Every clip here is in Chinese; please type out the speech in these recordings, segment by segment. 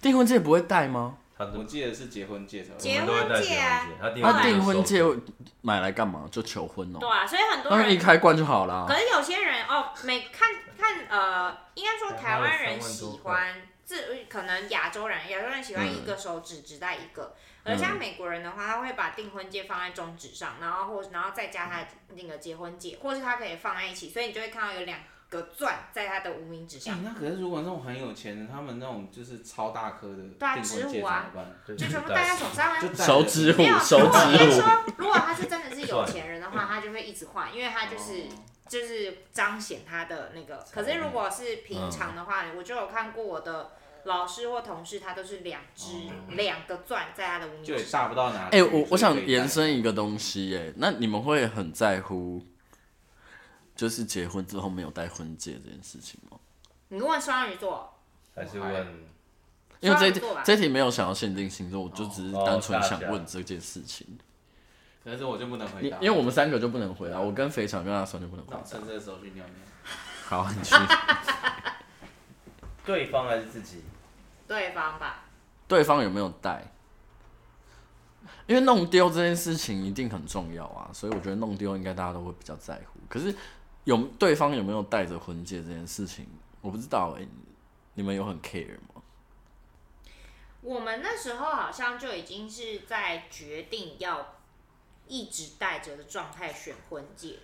订婚戒不会戴吗？他我都记得是结婚戒才我会们都会带结结婚婚戒啊戒，他订他订婚婚戒戒的时候买来干嘛？就求婚哦、对啊，所以很多当然一人，开罐就好啦可。是有些人哦，每看看呃，应该说台湾人喜欢自，可能亚洲人，亚洲人喜欢嗯一个手指只戴一个，而像美国人的话，他会把订婚戒放在中指上，然后或然后再加他的那个结婚戒，或是他可以放在一起，所以你就会看到有两个钻在他的无名指哎、上，那可是如果那种很有钱的，他们那种就是超大颗的订对啊婚戒植怎物么啊办？对就全就部是戴在戴手上啊。就戴手着指没虎有，，嗯手如果应该指虎，说，如果他是真的是有钱人的话，他就会一直换，因为他就是哦就是彰显他的那个。可是如果是嗯平常的话，我就有看过我的老师或同事，他都是两只两个钻在他的无名哦就也指上。大不到哪 里。哎、我我所以想可以戴延伸一个东西、耶，那你们会很在乎，就是结婚之后没有戴婚戒这件事情吗？你问双鱼座，还是哎问因为这一双鱼题座吧这一题没有想要限定星座，我就只是单纯想问这件事情。可是我就不能回你答，因为我们三个就不能回答，我跟肥肠跟阿酸就不能回那我答。趁这个时候去尿尿。好，你去对方还是自己？对方吧？对方有没有戴？因为弄丢这件事情一定很重要啊，所以我觉得弄丢应该大家都会比较在乎。可是有对方有没有戴着婚戒这件事情，我不知道哎、你们有很 care 吗？我们那时候好像就已经是在决定要一直戴着的状态选婚戒，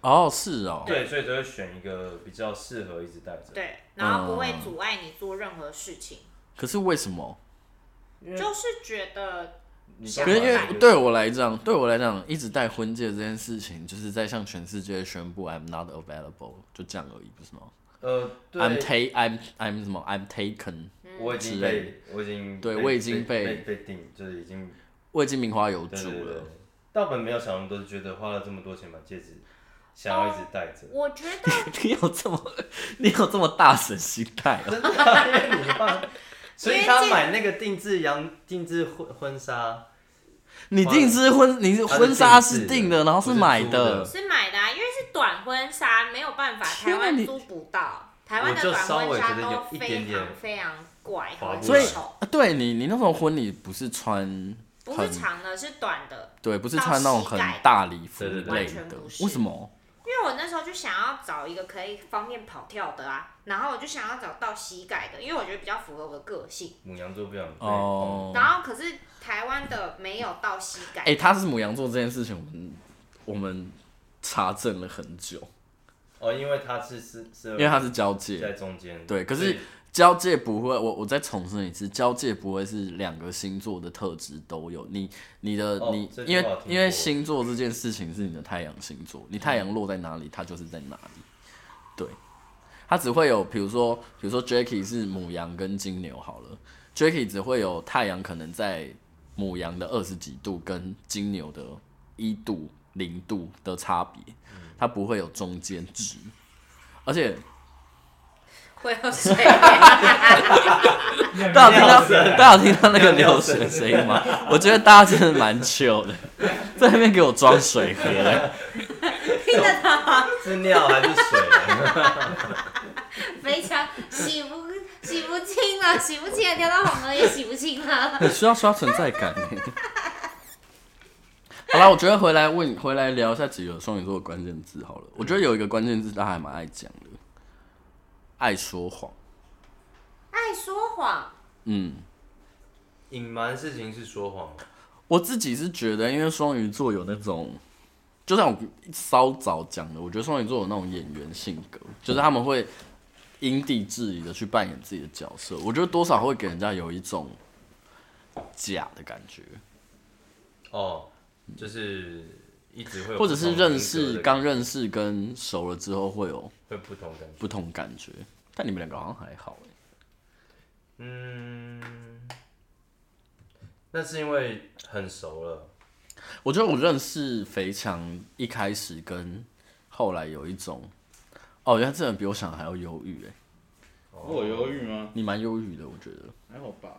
哦，是哦，对，所以就会选一个比较适合一直戴着。对，然后不会哦嗯阻碍你做任何事情，可是为什么？嗯就是觉得你想可是因为法对我来讲，对我来讲，一直戴婚戒这件事情，就是在向全世界宣布 I'm not available，就这样而已，不是吗呃， ？I'm 对， take I'm I'm 什么 I'm taken，我已经之类被，我已经对被我已经被被被定，就是已经我已经名花有对主对对了对。但我们没有想那么多，觉得花了这么多钱买戒指，想要一直戴哦着。我觉得 你有这么你有这么大神心态哦？真的啊，因为你爸，所以他买那个定制洋定制婚婚纱， 你定制婚，你是它是婚纱定制是的定的，然后不是是买租的的，是买的、啊，因为是短婚纱，没有办法，天啊台湾你租不到。台湾我的就短稍微婚纱觉得有都一非点点常非常怪，划很不所以丑，啊对你你那时候婚礼不是穿不很是长的，是短的。对，不是到穿那种膝很盖大礼服对对对类完的全不，是为什么？因为我那时候就想要找一个可以方便跑跳的啊，然后我就想要找到膝盖的，因为我觉得比较符合我的个性。母羊座不想被哦，然后可是台湾的没有到膝盖，哎、他是母羊座这件事情，我们我们查证了很久，哦，因为他是是是，因为他是交在界，中间，对可是所以交界不会，我我再重申一次，交界不会是两个星座的特质都有，你你的、哦你这，句因为话我听因为过星座这件事情是你的太阳星座，你太阳落在哪里，它就是在哪里，对，它只会有，比如说比如说 Jacky 是母羊跟金牛好了，Jacky 只会有太阳可能在母羊的二十几度跟金牛的一度、零度的差别，嗯它不会有中间值。而且会有水。 大家有听到大家有听到那个流水的声音吗？我觉得大家真的蛮 chill 的，在那边给我装水喝、 是尿还是水？啊非常洗不洗不清了，洗不清了，跳到黄河也洗不清了。很需要刷存在感、欸好啦，我觉得回来问回来聊一下几个双鱼座的关键字好了。我觉得有一个关键字大家还蛮爱讲的，爱说谎。爱哎说谎，嗯， 隐瞒事情是说谎，我自己是觉得，因为双鱼座有那种，就像我稍早讲的，我觉得双鱼座有那种演员性格，就是他们会因地制宜的去扮演自己的角色。我觉得多少会给人家有一种假的感觉，哦，就是一直会有或者是不同人格的认识感刚认识跟熟了之后会有会不同感觉，不同感觉。但你们两个好像还好、欸、嗯，那是因为很熟了，我觉得我认识肥强一开始跟后来有一种，哦，原来这人比我想的还要忧郁哎，哦我有忧郁吗？你蛮忧郁的，我觉得。还好吧。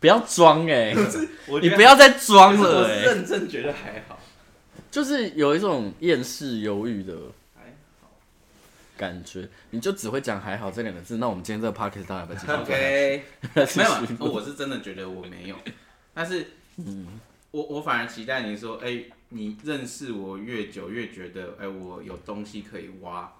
不要装哎、 我你觉得不要再装我了是哎、认真觉得还好。就是有一种厌世忧郁的还好感觉，你就只会讲还好这两个字。那我们今天这个 podcast 到底要不要继续做下去 OK，继续没 有，啊哦我是真的觉得我没有，但是，嗯我我反而期待你说，哎、你认识我越久，越觉得，哎、我有东西可以挖。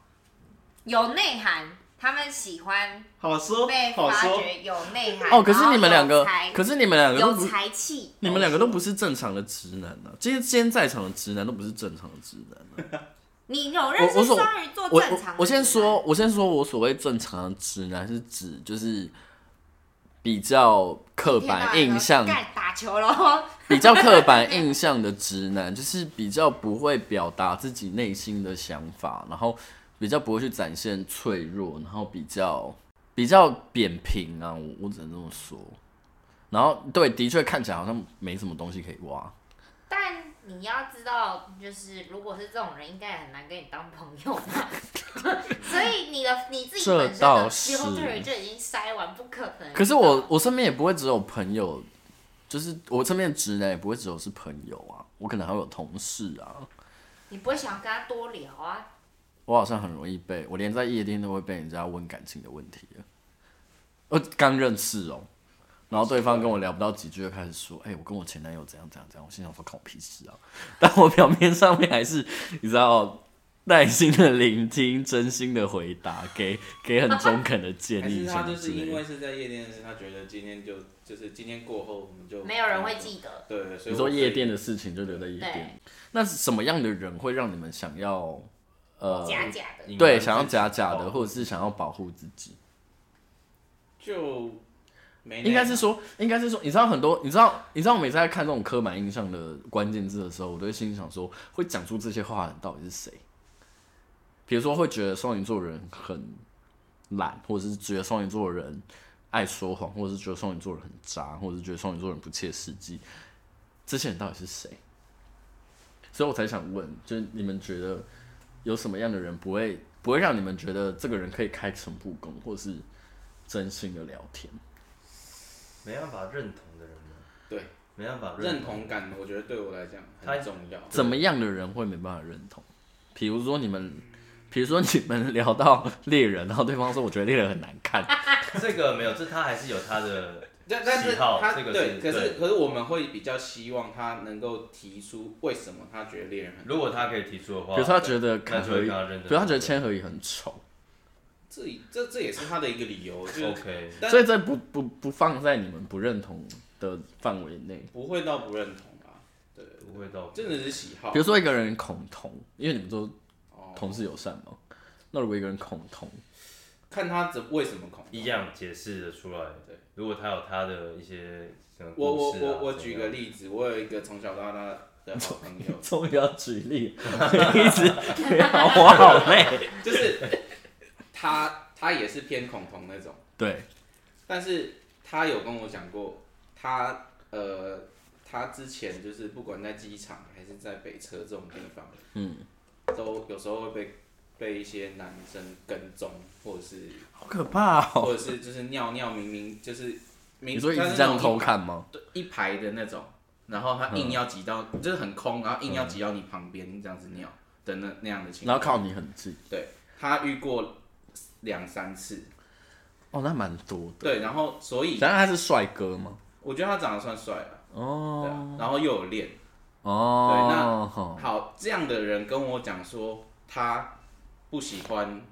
有内涵，他们喜欢好说被，好发说，掘有内涵。哦，可是你们两个然后，有才可是你们两个都有不，才气，你们两个都不是正常的直男啊！今天今天在场的直男都不是正常的直男啊、你有认我识我所双鱼座我正我常我先的人说吗，，我先说我所谓正常的直男是指就是比较刻板印象天哪干打球喽， 比较刻板印象的直男，就是比较不会表达自己内心的想法，然后比较不会去展现脆弱，然后比较比较扁平啊，我我只能这么说。然后对，的确看起来好像没什么东西可以挖，但你要知道，就是如果是这种人，应该也很难跟你当朋友吧。 所以你的你自己这本身倒的是 filter 就已经筛完，不可能。可是我我身边也不会只有朋友，就是我身边的直男也不会只有是朋友啊，我可能还会有同事啊。你不会想要跟他多聊啊？我好像很容易被，我连在夜店都会被人家问感情的问题了。我刚认识哦、然后对方跟我聊不到几句，就开始说：“哎、我跟我前男友怎样怎样怎样。”我心想说：“靠屁事啊！” 但我表面上面还是你知道，耐心的聆听，真心的回答，给给很中肯的建还议是什他么就之是类因的。为是在夜店的事，他觉得今天就就是今天过后我们就没有人会记得。对，对所以你说我可以夜店的事情就留在夜店对。，那什么样的人会让你们想要呃，假假的。隐对，瞒想要自己假假的，哦或者是想要保护自己？就没应该那是样说，应该是说，你知道很多，你知道，你知道，我每次在看这种刻板印象的关键字的时候，我都会心里想说，会讲出这些话的人到底是谁？比如说，会觉得双鱼座人很懒，或者是觉得双鱼座人爱说谎，或者是觉得双鱼座人很渣，或者是觉得双鱼座人不切实际，这些人到底是谁？所以我才想问，就是你们觉得有什么样的人不会不会让你们觉得这个人可以开诚布公，或是真心的聊天？没办法认同的人吗？对，没办法认同。同感，我觉得对我来讲他很重要。怎么样的人会没办法认同？比如说你们，比如说你们聊到猎人，然后对方说我觉得猎人很难看，这个没有，这他还是有他的。但但是喜好他这个是对，可是对可是我们会比较希望他能够提出为什么他觉得猎人很，如果他可以提出的话，比如说他觉得那坎就和乙会跟，他认真。比如他觉得千和乙很丑，这这这也是他的一个 理由，就是 OK，但所以这不不不放在你们不认同的范围内。不会到不认同啊，不会到真的是喜好比。如说一个人恐同，因为你们都哦，同事友善嘛，那如果一个人恐同，，看他怎为什么恐一样解释的出来。对，如果他有他的一些可能我我故事啊我我怎举样个例子，我有一个从小到大的好朋友终于要举例， 一直我好累。就是他他也是偏恐同那种，对，但是他有跟我讲过，他呃他之前就是不管在机场还是在北车这种地方，嗯，都有时候会被被一些男生跟踪，或者是好可怕哦！或者是就是尿尿明明就是明你说一他直是这那样偷种一排看吗？对一排的那种，然后他硬要挤到、嗯就是很空，然后硬要挤到你旁边这样子尿的那那样的情然况，后靠你很近，他遇过两三次，哦，那蛮多的。对，然后所以反正他是帅哥嘛。我觉得他长得算帅了，对、哦啊，然后又有练，哦，好好，这样的人跟我讲说他不喜欢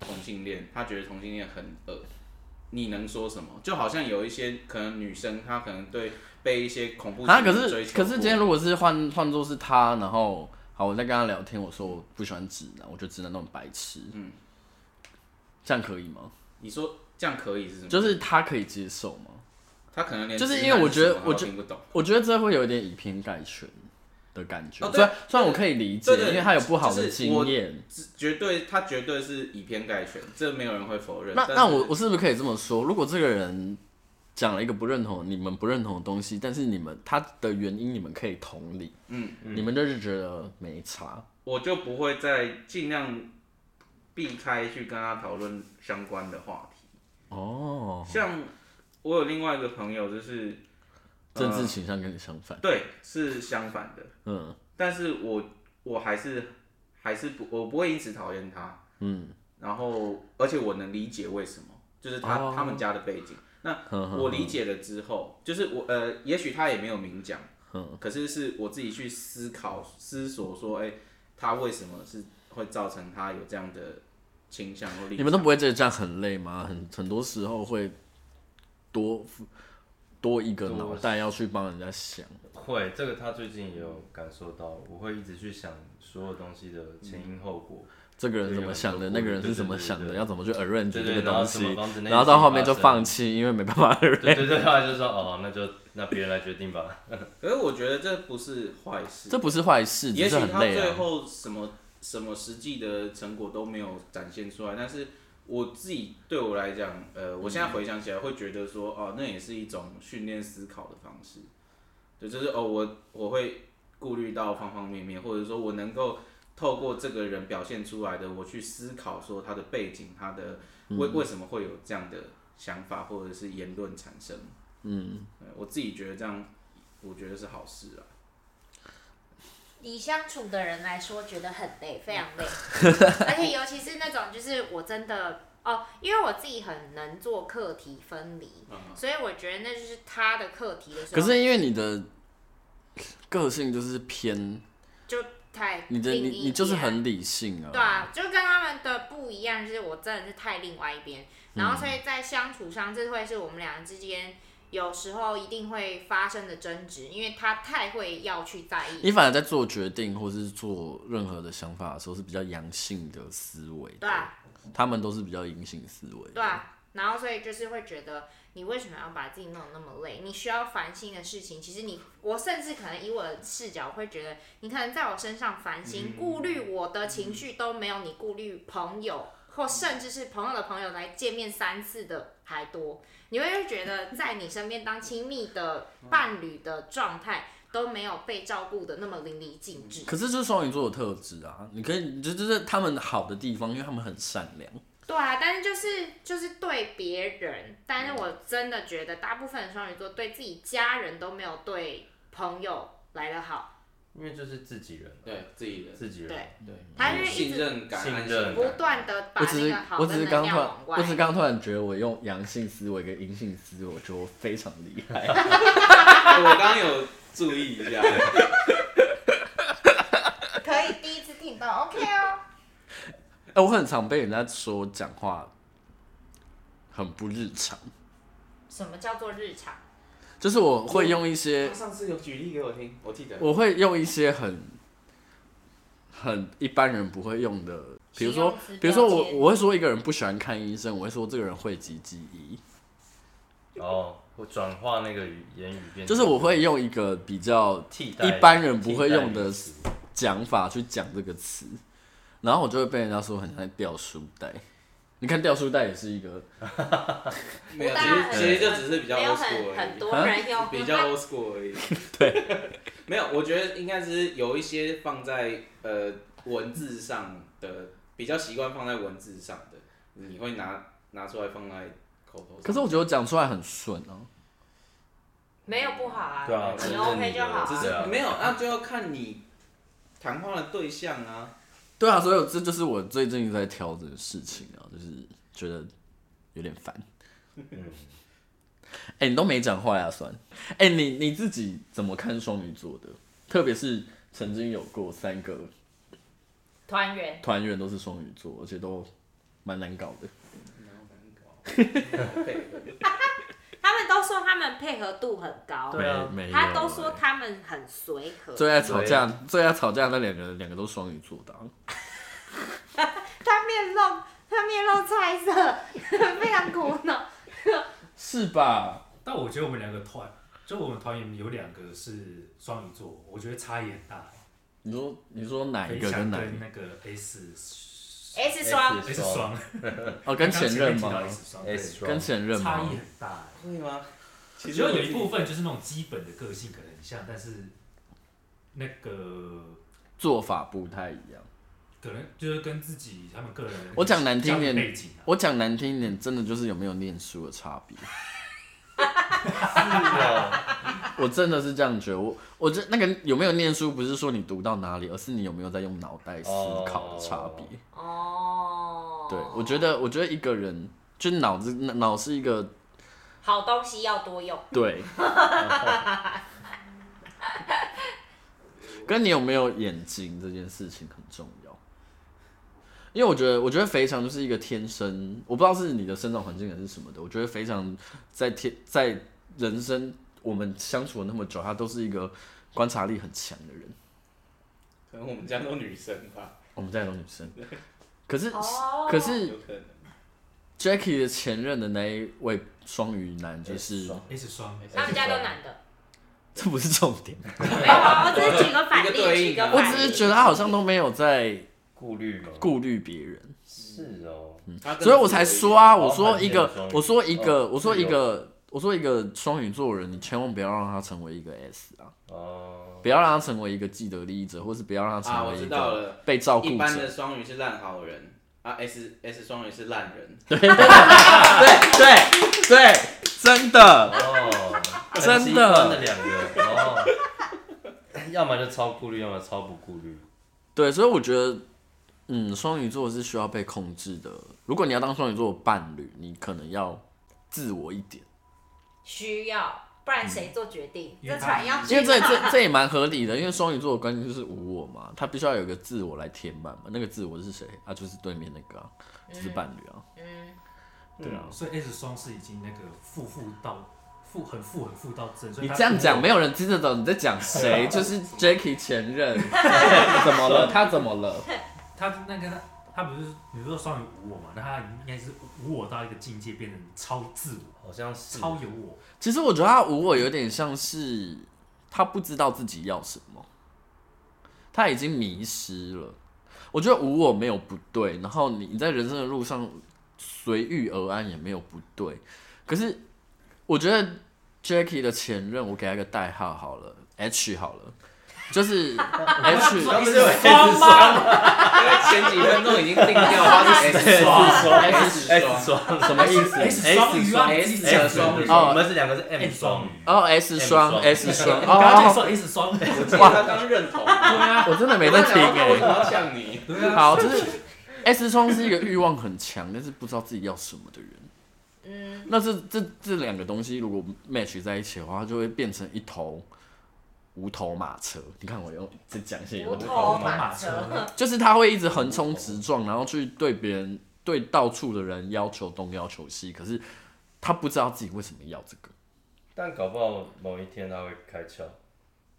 同性恋，他觉得同性恋很恶。你能说什么？就好像有一些可能女生，她可能对被一些恐怖啊，情可人追是求可是过今天如果是换换作是他，然后好，我在跟他聊天，我说我不喜欢直男，我觉得直男都很白痴，嗯，这样可以吗？你说这样可以是什么？就是他可以接受吗？他可能连就是直因为我男觉得什么我他都觉听不懂，我觉得这会有一点以偏概全的感觉哦，对虽然虽然我可以理解对，对因为他有不好就的是经我验，只绝对他绝对是以偏概全，这没有人会否认。那但那是我我是不是可以这么说？如果这个人讲了一个不认同你们不认同的东西，但是你们他的原因你们可以同理，嗯，你们就是觉得没差，我就不会再尽量避开去跟他讨论相关的话题。哦，像我有另外一个朋友，就是政治呃倾向跟你相反，对是相反的，嗯但是我我还是还是不我不会因此讨厌他，嗯，然后而且我能理解为什么，就是他、哦他们家的背景。那哼哼我理解了之后，就是我呃，也许他也没有明讲哼，可是是我自己去思考思索说，哎、他为什么是会造成他有这样的倾向或立场？你们都不会觉得这样很累吗？很很多时候会多多一个脑袋要去帮人家想。会，这个他最近也有感受到，我会一直去想所有东西的前因后果，这个人怎么想的，那个人是怎么想对的，对对要怎么去 arrange 对这个对然后东怎么西，防止那然后到后面一集就发生放弃，因为没办法 arrange。对对对，后来就说哦，那就那别人来决定吧。可是我觉得这不是坏事，这不是坏事，也只许是很他累最啊。后什么什么实际的成果都没有展现出来，但是我自己对我来讲，呃，我现在回想起来会觉得说，哦，那也是一种训练思考的方式，对，就是哦，我我会顾虑到方方面面，或者说我能够透过这个人表现出来的，我去思考说他的背景，他的嗯为、为什么会有这样的想法或者是言论产生，嗯，我自己觉得这样，我觉得是好事啊。你相处的人来说，觉得很累，非常 累，而且尤其是那种就是我真的哦，因为我自己很能做课题分离，所以我觉得那就是他的课题的时候，嗯可是因为你的个性就是偏，就太你的你另一你就是边很理性啊。对啊，就跟他们的不一样，就是我真的是太另外一边，嗯然后所以在相处上，这会是我们俩之间有时候一定会发生的争执，因为他太会要去在意，你反而在做决定或是做任何的想法的时候是比较阳性的思维的，对啊，他们都是比较阴性思维的。对啊，然后所以就是会觉得你为什么要把自己弄得那么累？你需要烦心的事情，其实你我甚至可能以我的视角会觉得，你可能在我身上烦心、顾虑我的情绪都没有你顾虑朋友。或甚至是朋友的朋友来见面三次的还多，你会觉得在你身边当亲密的伴侣的状态都没有被照顾的那么淋漓尽致。可是这是双鱼座的特质啊，你可以，这就是他们好的地方，因为他们很善良。对啊，但是就是就是对别人，但是我真的觉得大部分的双鱼座对自己家人都没有对朋友来的好，因为就是自己人啊，对自己人自己人对，对，他就是一信直任感、信安任心感不断的把我只那是个好我的只是能刚量突然，往我只是外。刚突然觉得我用阳性思维跟阴性思维，我觉得我非常厉害。 我刚刚有注意一 下，可以第一次听到，OK 哦。哎、我很常被人家说讲话很不日常，什么叫做日常？就是我嗯会用一些他上次有举例给我听，我记得。我会用一些很很一般人不会用的，比如说形容词，比如说标我签我会说一个人不喜欢看医生，我会说这个人讳疾忌医，哦，我转化那个语言语变成，就是我会用一个比较替代一般人不会用替代的语词讲法去讲这个词，然后我就会被人家说很像在掉书袋。你看掉书袋也是一个，没有，其大家实很其实就只是比较没有 old 很 school 很而已，多啊人用，比较 old school 而已。对， 没有，我觉得应该是有一些放在呃文字上的，比较习惯放在文字上的，你会拿拿出来放在口头上。可是我觉得我讲出来很顺哦、没有不好啊，对啊，你这是 OK 你的就好啊只是对啊没有，那就要看你谈话的对象啊。对啊，所以这就是我最近在调整的事情啊，就是觉得有点烦。哎、你都没讲话呀，算。哎、你你自己怎么看双鱼座的？特别是曾经有过三个团圆。团员都是双鱼座，而且都蛮难搞的。对他们都说他们配合度很高，对啊没没有他都说哎他们很随和，最爱吵架、最爱吵架那两个人，两个都是双鱼座的啊、他面露他面露菜色， 非常苦恼。是吧？但我觉得我们两个团，就我们团员有两个是双鱼座，我觉得差异很大。你说你说哪一分个享跟哪一跟个？那个 S S 双 S S 双，哦，跟前任刚吗刚前面提到？S 双对 S 跟前任差吗异？很大。会吗？其其实实有一部分就是那种基本的个性可能很像，但是那个做法不太一样。可能就是跟自己他们个人的我讲难听点家庭背景啊，我讲难听一点，真的就是有没有念书的差别。 我真的是这样觉得。我我这那个有没有念书，不是说你读到哪里，而是你有没有在用脑袋思考的差别。哦，对，我觉得，我觉得一个人就是脑子脑是一个好东西要多用。对，跟你有没有眼睛这件事情很重要。因为我觉得，我觉得肥肠就是一个天生，我不知道是你的生长环境还是什么的。我觉得肥肠在天在人生我们相处了那么久，他都是一个观察力很强的人。可能我们家都女生吧，我们在都女生，可是哦可是有可能。 Jackie 的前任的那一位双鱼男，就也是爽也是双，他们家都男的，这不是重点，没有啊，我只是举个反例，一个对应举个我反只例。是觉得他好像都没有在顾虑吗？顾虑别人，是哦，他真的所以我才说啊，我说一个哦很，我说一个，哦我说一个，我说一个双鱼座人，你千万不要让他成为一个 S 啊，哦，不要让他成为一个既得利益者，或是不要让他啊，成我为知一道个了。被照顾一般者。的双鱼是烂好人啊，S S 双鱼是烂 人。对对对，真的，哦， 真的很极端的两个哦，要么就超顾虑，要么超不顾虑。对，所以我觉得，嗯，双鱼座是需要被控制的。如果你要当双鱼座的伴侣，你可能要自我一点。需要，不然谁做决定？嗯这船要因为这这这也蛮合理的，因为双鱼座的观念就是无我嘛，他必须要有一个自我来填满嘛。那个自我是谁啊？就是对面那个、啊，就是伴侣啊。嗯，对啊，所以 S 双是已经那个负负到负很负很负到正，所以你他这样讲，没有？有人听得懂你在讲 谁，就是 Jackie 前任， 怎么 了？他怎么了？他那个他他不是你说双鱼无我嘛？那他应该是无我到一个境界，变成超自我、好像是超有我。其实我觉得他无我有点像是他不知道自己要什么，他已经迷失了。我觉得无我没有不对，然后你你在人生的路上随遇而安也没有不对。可是我觉得 Jackie 的前任，我给他一个代号好了，H 好了，就是 H 刚不 是有 S 双吗？因为前几分钟已经 定掉他是 S 双，S 双 S 双什么意思？哎 S 双鱼啊，你自 己讲 S 双鱼哦我们是两个是 M S 双双鱼。哦，S 双 S S 双你刚刚就哦，说 S 双，对我记得他刚认同，啊，我真的没在听哎、我好像你。对啊，好，就是 S 双是一个欲望很强，但是不知道自己要什么的人。嗯，那这这这两个东西如果 match 在一起的话，它就会变成一头无头马车。你看我用这讲一些无有的头马马车车，就是他会一直横冲直撞，然后去对别人、对到处的人要求东要求西，可是他不知道自己为什么要这个。但搞不好某一天他会开窍，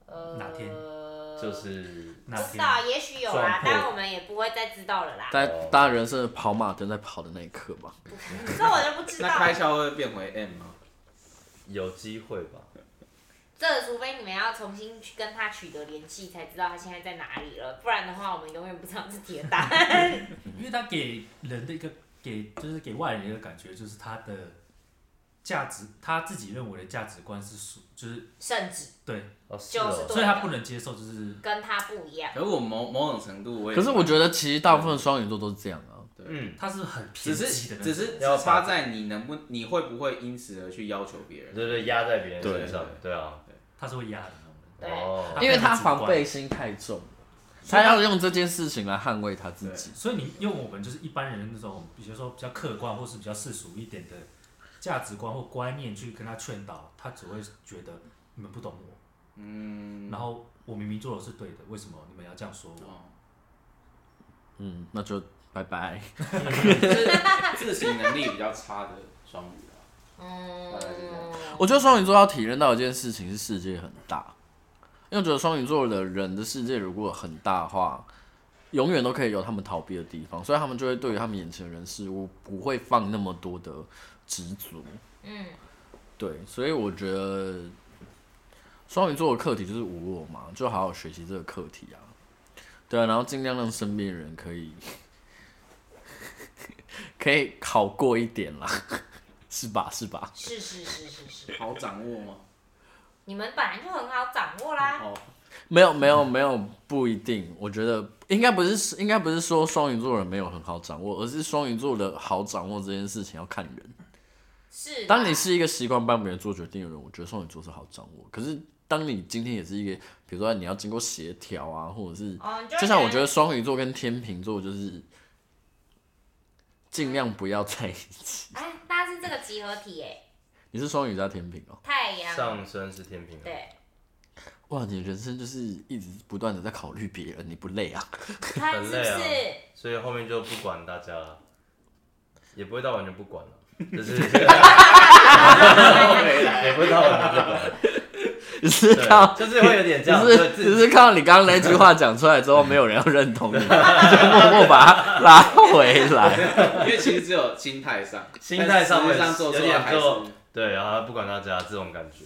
呃哪天就是哪不知天道，也许有啦撞破，但我们也不会再知道了啦。大家大家人生的跑马灯在跑的那一刻吧。嗯这我就不知 那道，开销会变回 M 吗？有机会吧。这除非你们要重新去跟他取得联系，才知道他现在在哪里了，不然的话，我们永远不知道自己的答 案。因为他给人的一个给就是给外人一个感觉，就是他的价值，他自己认为的价值观是属，就是甚至对，哦，是就是哦对，所以他不能接受，就是跟他不一样。可是我某某种程度，我也可是我觉得其实大部分双鱼座都是这样啊。嗯，他是很只偏激是的那种，只是只要差在你能不你会不会因此而去要求别人？对对，压在别人身上，对对啊，他是会压的那种人。对啊哦，因为他防备心太重了，他要用这件事情来捍卫他自己。所以你用我们就是一般人那种，比如说比较客观或是比较世俗一点的价值观或观念去跟他劝导，他只会觉得你们不懂我，嗯，然后我明明做的是对的，为什么你们要这样说我？哦，嗯，那就拜拜。就是自省能力比较差的双鱼啊。嗯大概是这样，我觉得双鱼座要体认到一件事情是世界很大，因为我觉得双鱼座的人的世界如果很大的话，永远都可以有他们逃避的地方，所以他们就会对于他们眼前的人事物不会放那么多的执着。嗯，对，所以我觉得双鱼座的课题就是无我嘛，就好好学习这个课题啊。对啊，然后尽量让身边的人可以 可以考过一点啦， 是吧？是吧？是是是是是，好掌握吗？你们本来就很好掌握啦。哦，没有没有没有，不一定。我觉得应该不是，应该不是说双鱼座人没有很好掌握，而是双鱼座的好掌握这件事情要看人。是啊啦，当你是一个习惯帮别人做决定的人，我觉得双鱼座是好掌握。可是当你今天也是一个，比如说你要经过协调啊，或者是哦，你就像我觉得得双鱼座跟天秤座就是尽量不要在一起。哎，大家是这个集合体哎，你是双鱼加天平哦，太阳上升是天平啊，对，哇，你人生就是一直不断的在考虑别人，你不累 啊？你看是不很累啊是？所以后面就不管大家了，也不会到完全不管了，就是 啊也不会到完全不管，你是靠，对，就是会有点这你样，是对你自己是靠你刚刚那句话讲出来之后，没有人要认同你，你就默默把它拉回来。因为其实只有心态上，心态上但会实际上做出有来点还是做对，然后不管大家这种感觉，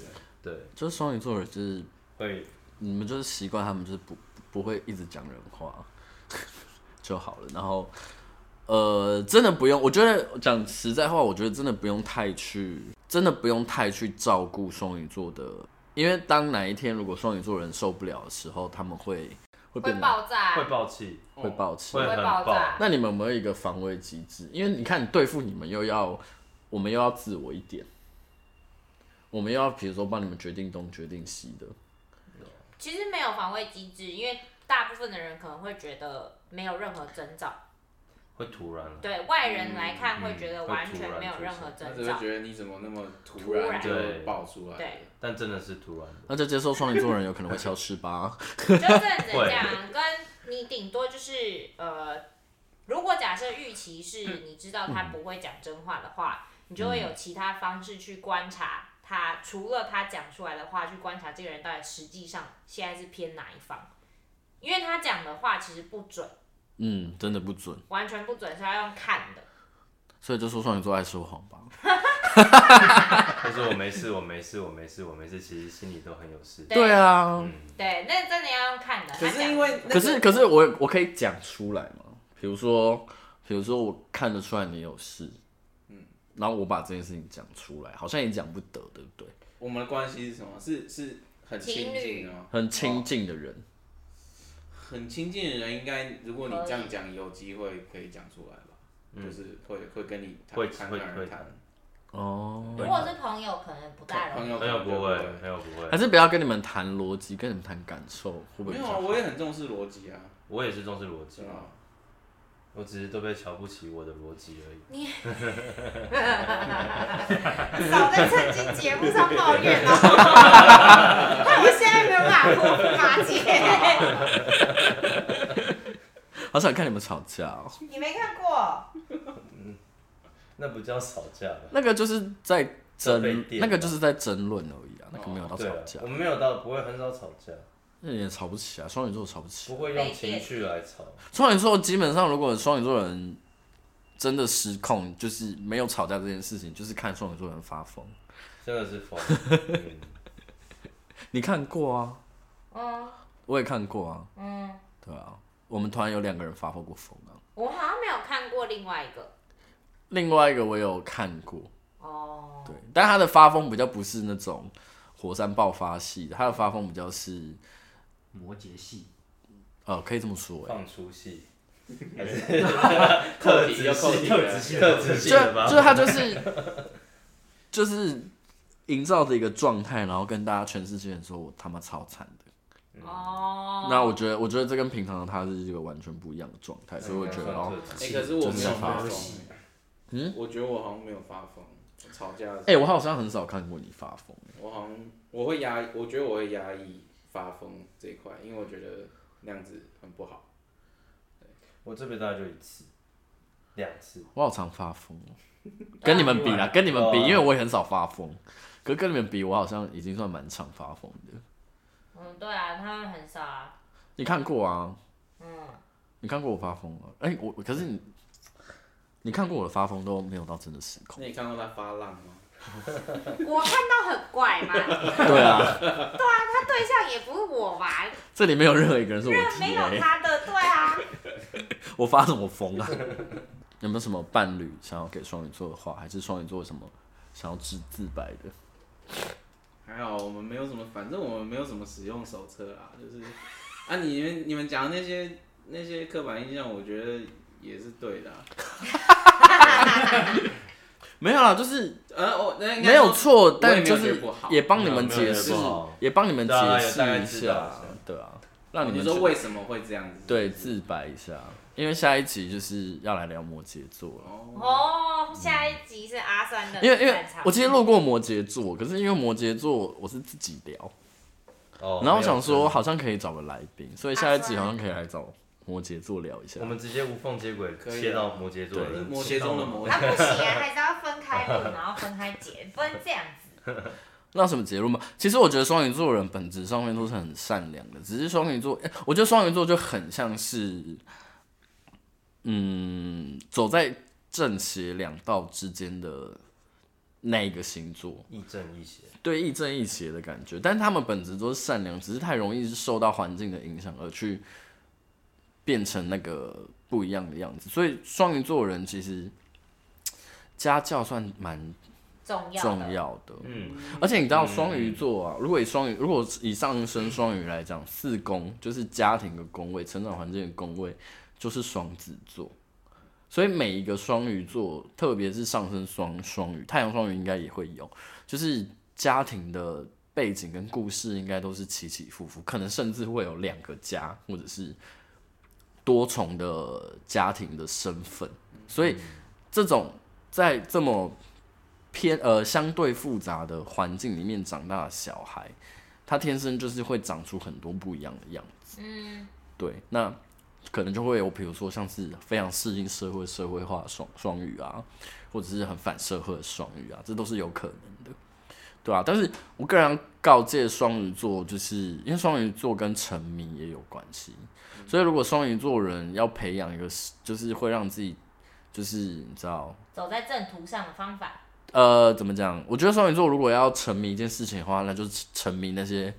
对，就是双鱼座人就是会你们就是习惯他们就是不不会一直讲人话 就好了。然后，呃，真的不用，我觉得讲实在话，我觉得真的不用太去，真的不用太去照顾双鱼座的，因为当哪一天如果双鱼座人受不了的时候，他们会会 会变得爆炸，会爆气，哦会爆气会。会很爆炸那你们有没有一个防卫机制？因为你看，对付你们又要我们又要自我一点，我们又要比如说帮你们决定东决定西的，其实没有防卫机制，因为大部分的人可能会觉得没有任何征兆，会突然了，对外人来嗯看会觉得完全没有任何他征只会兆。觉得你怎么那么突突然然就爆出来了对，但真的是突然的，那就接受双鱼座人有可能会消失吧。就真的只能这样，跟你顶多就是呃，如果假设预期是你知道他不会讲真话的话，你就会有其他方式去观察他，除了他讲出来的话，去观察这个人到底实际上现在是偏哪一方，因为他讲的话其实不准，嗯，真的不准，完全不准是要用看的。所以就说双鱼座爱说谎吧。就是我没事，我没事，我没事，我没事，其实心里都很有事，对啊，嗯对，那真的要用看的。可他是讲因为那个可是可是我我可以讲出来嘛？比如说，比如说我看得出来你有事，嗯，然后我把这件事情讲出来，好像也讲不得，对不对？我们的关系是什么？是是很亲近的吗？很亲近的人，很亲近的人，应该如果你可以这样讲，有机会可以讲出来吧？就是会会跟你谈会侃会侃而会谈，哦，如果是朋友，可能不大容朋易。友朋友可能就哎不会，朋友不还会，是不要跟你们谈逻辑，跟你们谈感受，会不会没比有较啊，好？我也很重视逻辑啊，我也是重视逻辑对，啊吧？我只是都被瞧不起我的逻辑而已。少在趁机节目上 抱怨哦，害我现在没有办法泼妇 骂街。好想看你们吵架哦。你没看过？那不叫吵架啊吧？那个就是在在被争，电那个就是在争论而已啊，那个没有到吵啊对啊架，我，们没有到，不会很少吵架，那也吵不起啊，双鱼座吵不起啊不会用情绪来吵。双鱼座基本上，如果双鱼座人真的失控，就是没有吵架这件事情，就是看双鱼座人发疯。真的是 疯。嗯你看过啊？嗯我也看过啊。嗯，对啊，我们团有两个人发过过疯啊。我好像没有看过另外一个另外一个我有看过，哦。对，但他的发疯比较不是那种火山爆发系的，他的发疯比较是摩羯系，呃，可以这么说哎、放出戏， 扣题要扣题啊特质了，系特质就性的吧？欸就是他就是 就是营造的一个状态，然后跟大家全世界人说我他妈超惨的。哦，那我觉得，我觉得这跟平常的他是一个完全不一样的状态，所以我觉得哦，特质哎，性可是我真没是有发发疯疯，嗯我觉得我好像没有发疯，吵架的时候哎、我好像很少看过你发疯，我好像我会压抑，我觉得我会压抑发疯这一块，因为我觉得那样子很不好。我这边大概就一次，两次。我好常发疯哦， 跟你们比啦，跟你们比，啊因为我也很少发疯，可是跟你们比，我好像已经算蛮常发疯的。嗯，对啊，他们很少啊。你看过啊？嗯，你看过我发疯啊？哎、我可是你，你看过我的发疯都没有到真的失控那。你看到他发浪吗？我看到很怪嘛，对啊， 他对象也不是我吧？ 这里没有任何一个人是我那没 T 有 A，他的，对啊。我发什么疯 啊？有没有什么伴侣想要给双鱼座的话，还是双鱼座什么想要自自白的？还好我们没有什么，反正我们没有什么使用手册啊，就是 啊，你们你们讲的那些那些刻板印象，我觉得也是对的、啊。没有啦，就是呃，我那应该没有说错，我也但没就有觉是得不好也帮你们解释没有没有觉得不好，也帮你们解对啊有大释概一下知道一下，对啊，让你你们说去为什么会这样子？对自白一下。因为下一集就是要来聊摩羯座了。哦，哦，下一集是阿三的因为因为战场我今天路过摩羯座，可是因为摩羯座我是自己聊，哦然后我想没说有好像可以找个来宾，所以下一集好像可以来找摩羯座聊一下我。们直接无缝接轨，可以啊切到摩羯座对的摩羯中的摩啊羯，不行啊，还是要分开录，然后分开剪，不能这样子。那有什么结论吗？其实我觉得双鱼座人本质上面都是很善良的，只是双鱼座，诶我觉得双鱼座就很像是，嗯，走在正邪两道之间的那一个星座。亦正亦邪。对亦正亦邪的感觉，但是他们本质都是善良，只是太容易是受到环境的影响而去变成那个不一样的样子。所以双鱼座人其实家教算蛮重要的重要的，嗯，而且你知道双鱼座啊，如果以双鱼，如果以上升双鱼来讲，四宫就是家庭的宫位，成长环境的宫位就是双子座，所以每一个双鱼座，特别是上升双双鱼，太阳双鱼应该也会有，就是家庭的背景跟故事应该都是起起伏伏，可能甚至会有两个家，或者是多重的家庭的身份，所以这种在这么偏呃相对复杂的环境里面长大的小孩，他天生就是会长出很多不一样的样子。嗯，对，那可能就会有，比如说像是非常适应社会社会化的双双语啊，或者是很反社会的双语啊，这都是有可能的，对啊。但是我个人告诫双鱼座，就是因为双鱼座跟沉迷也有关系，所以如果双鱼座人要培养一个，就是会让自己，就是你知道。走在正途上的方法。呃，怎么讲？我觉得双鱼座如果要沉迷一件事情的话，那就是沉迷那些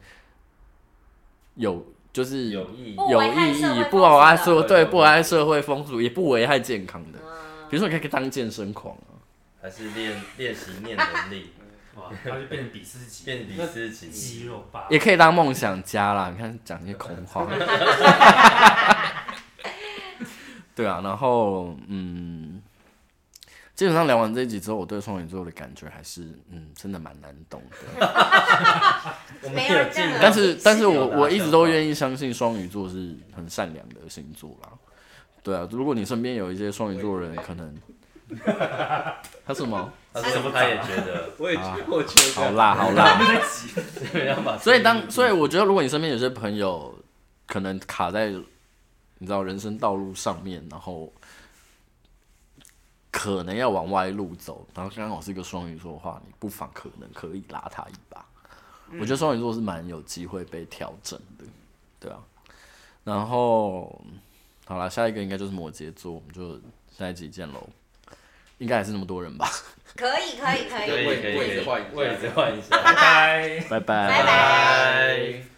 有就是有意不有危害意社义会、不风俗危害的社会对对不危害社会风俗，也不危害健康的。嗯，比如说，你可以当健身狂啊，还是练练习念能力，哇，他就变成比斯己变比斯己。肌肉吧。也可以当梦想家啦。你看，讲一些空话， 对啊。然后，嗯，基本上聊完这一集之后，我对双鱼座的感觉还是，嗯，真的蛮难懂的。我没们有有人这进样入，啊 但 是，但是我有啦我一直都愿意相信双鱼座是很善良的星座啦。对啊，如果你身边有一些双鱼座人，可能他什么？他说他也觉得， 我也啊我觉得好啦好啦。在挤，没有把所以当所以我觉得，如果你身边有些朋友可能卡在你知道人生道路上面，然后可能要往歪路走，然后刚好是一个双鱼座的话，你不妨可能可以拉他一把。我觉得双鱼座是蛮有机会被调整的，对啊。然后好了，下一个应该就是摩羯座，我们就下一集见喽。应该还是那么多人吧，可以可以可可以以。可以可以位置换一下位置换一下，拜拜。拜拜拜拜拜。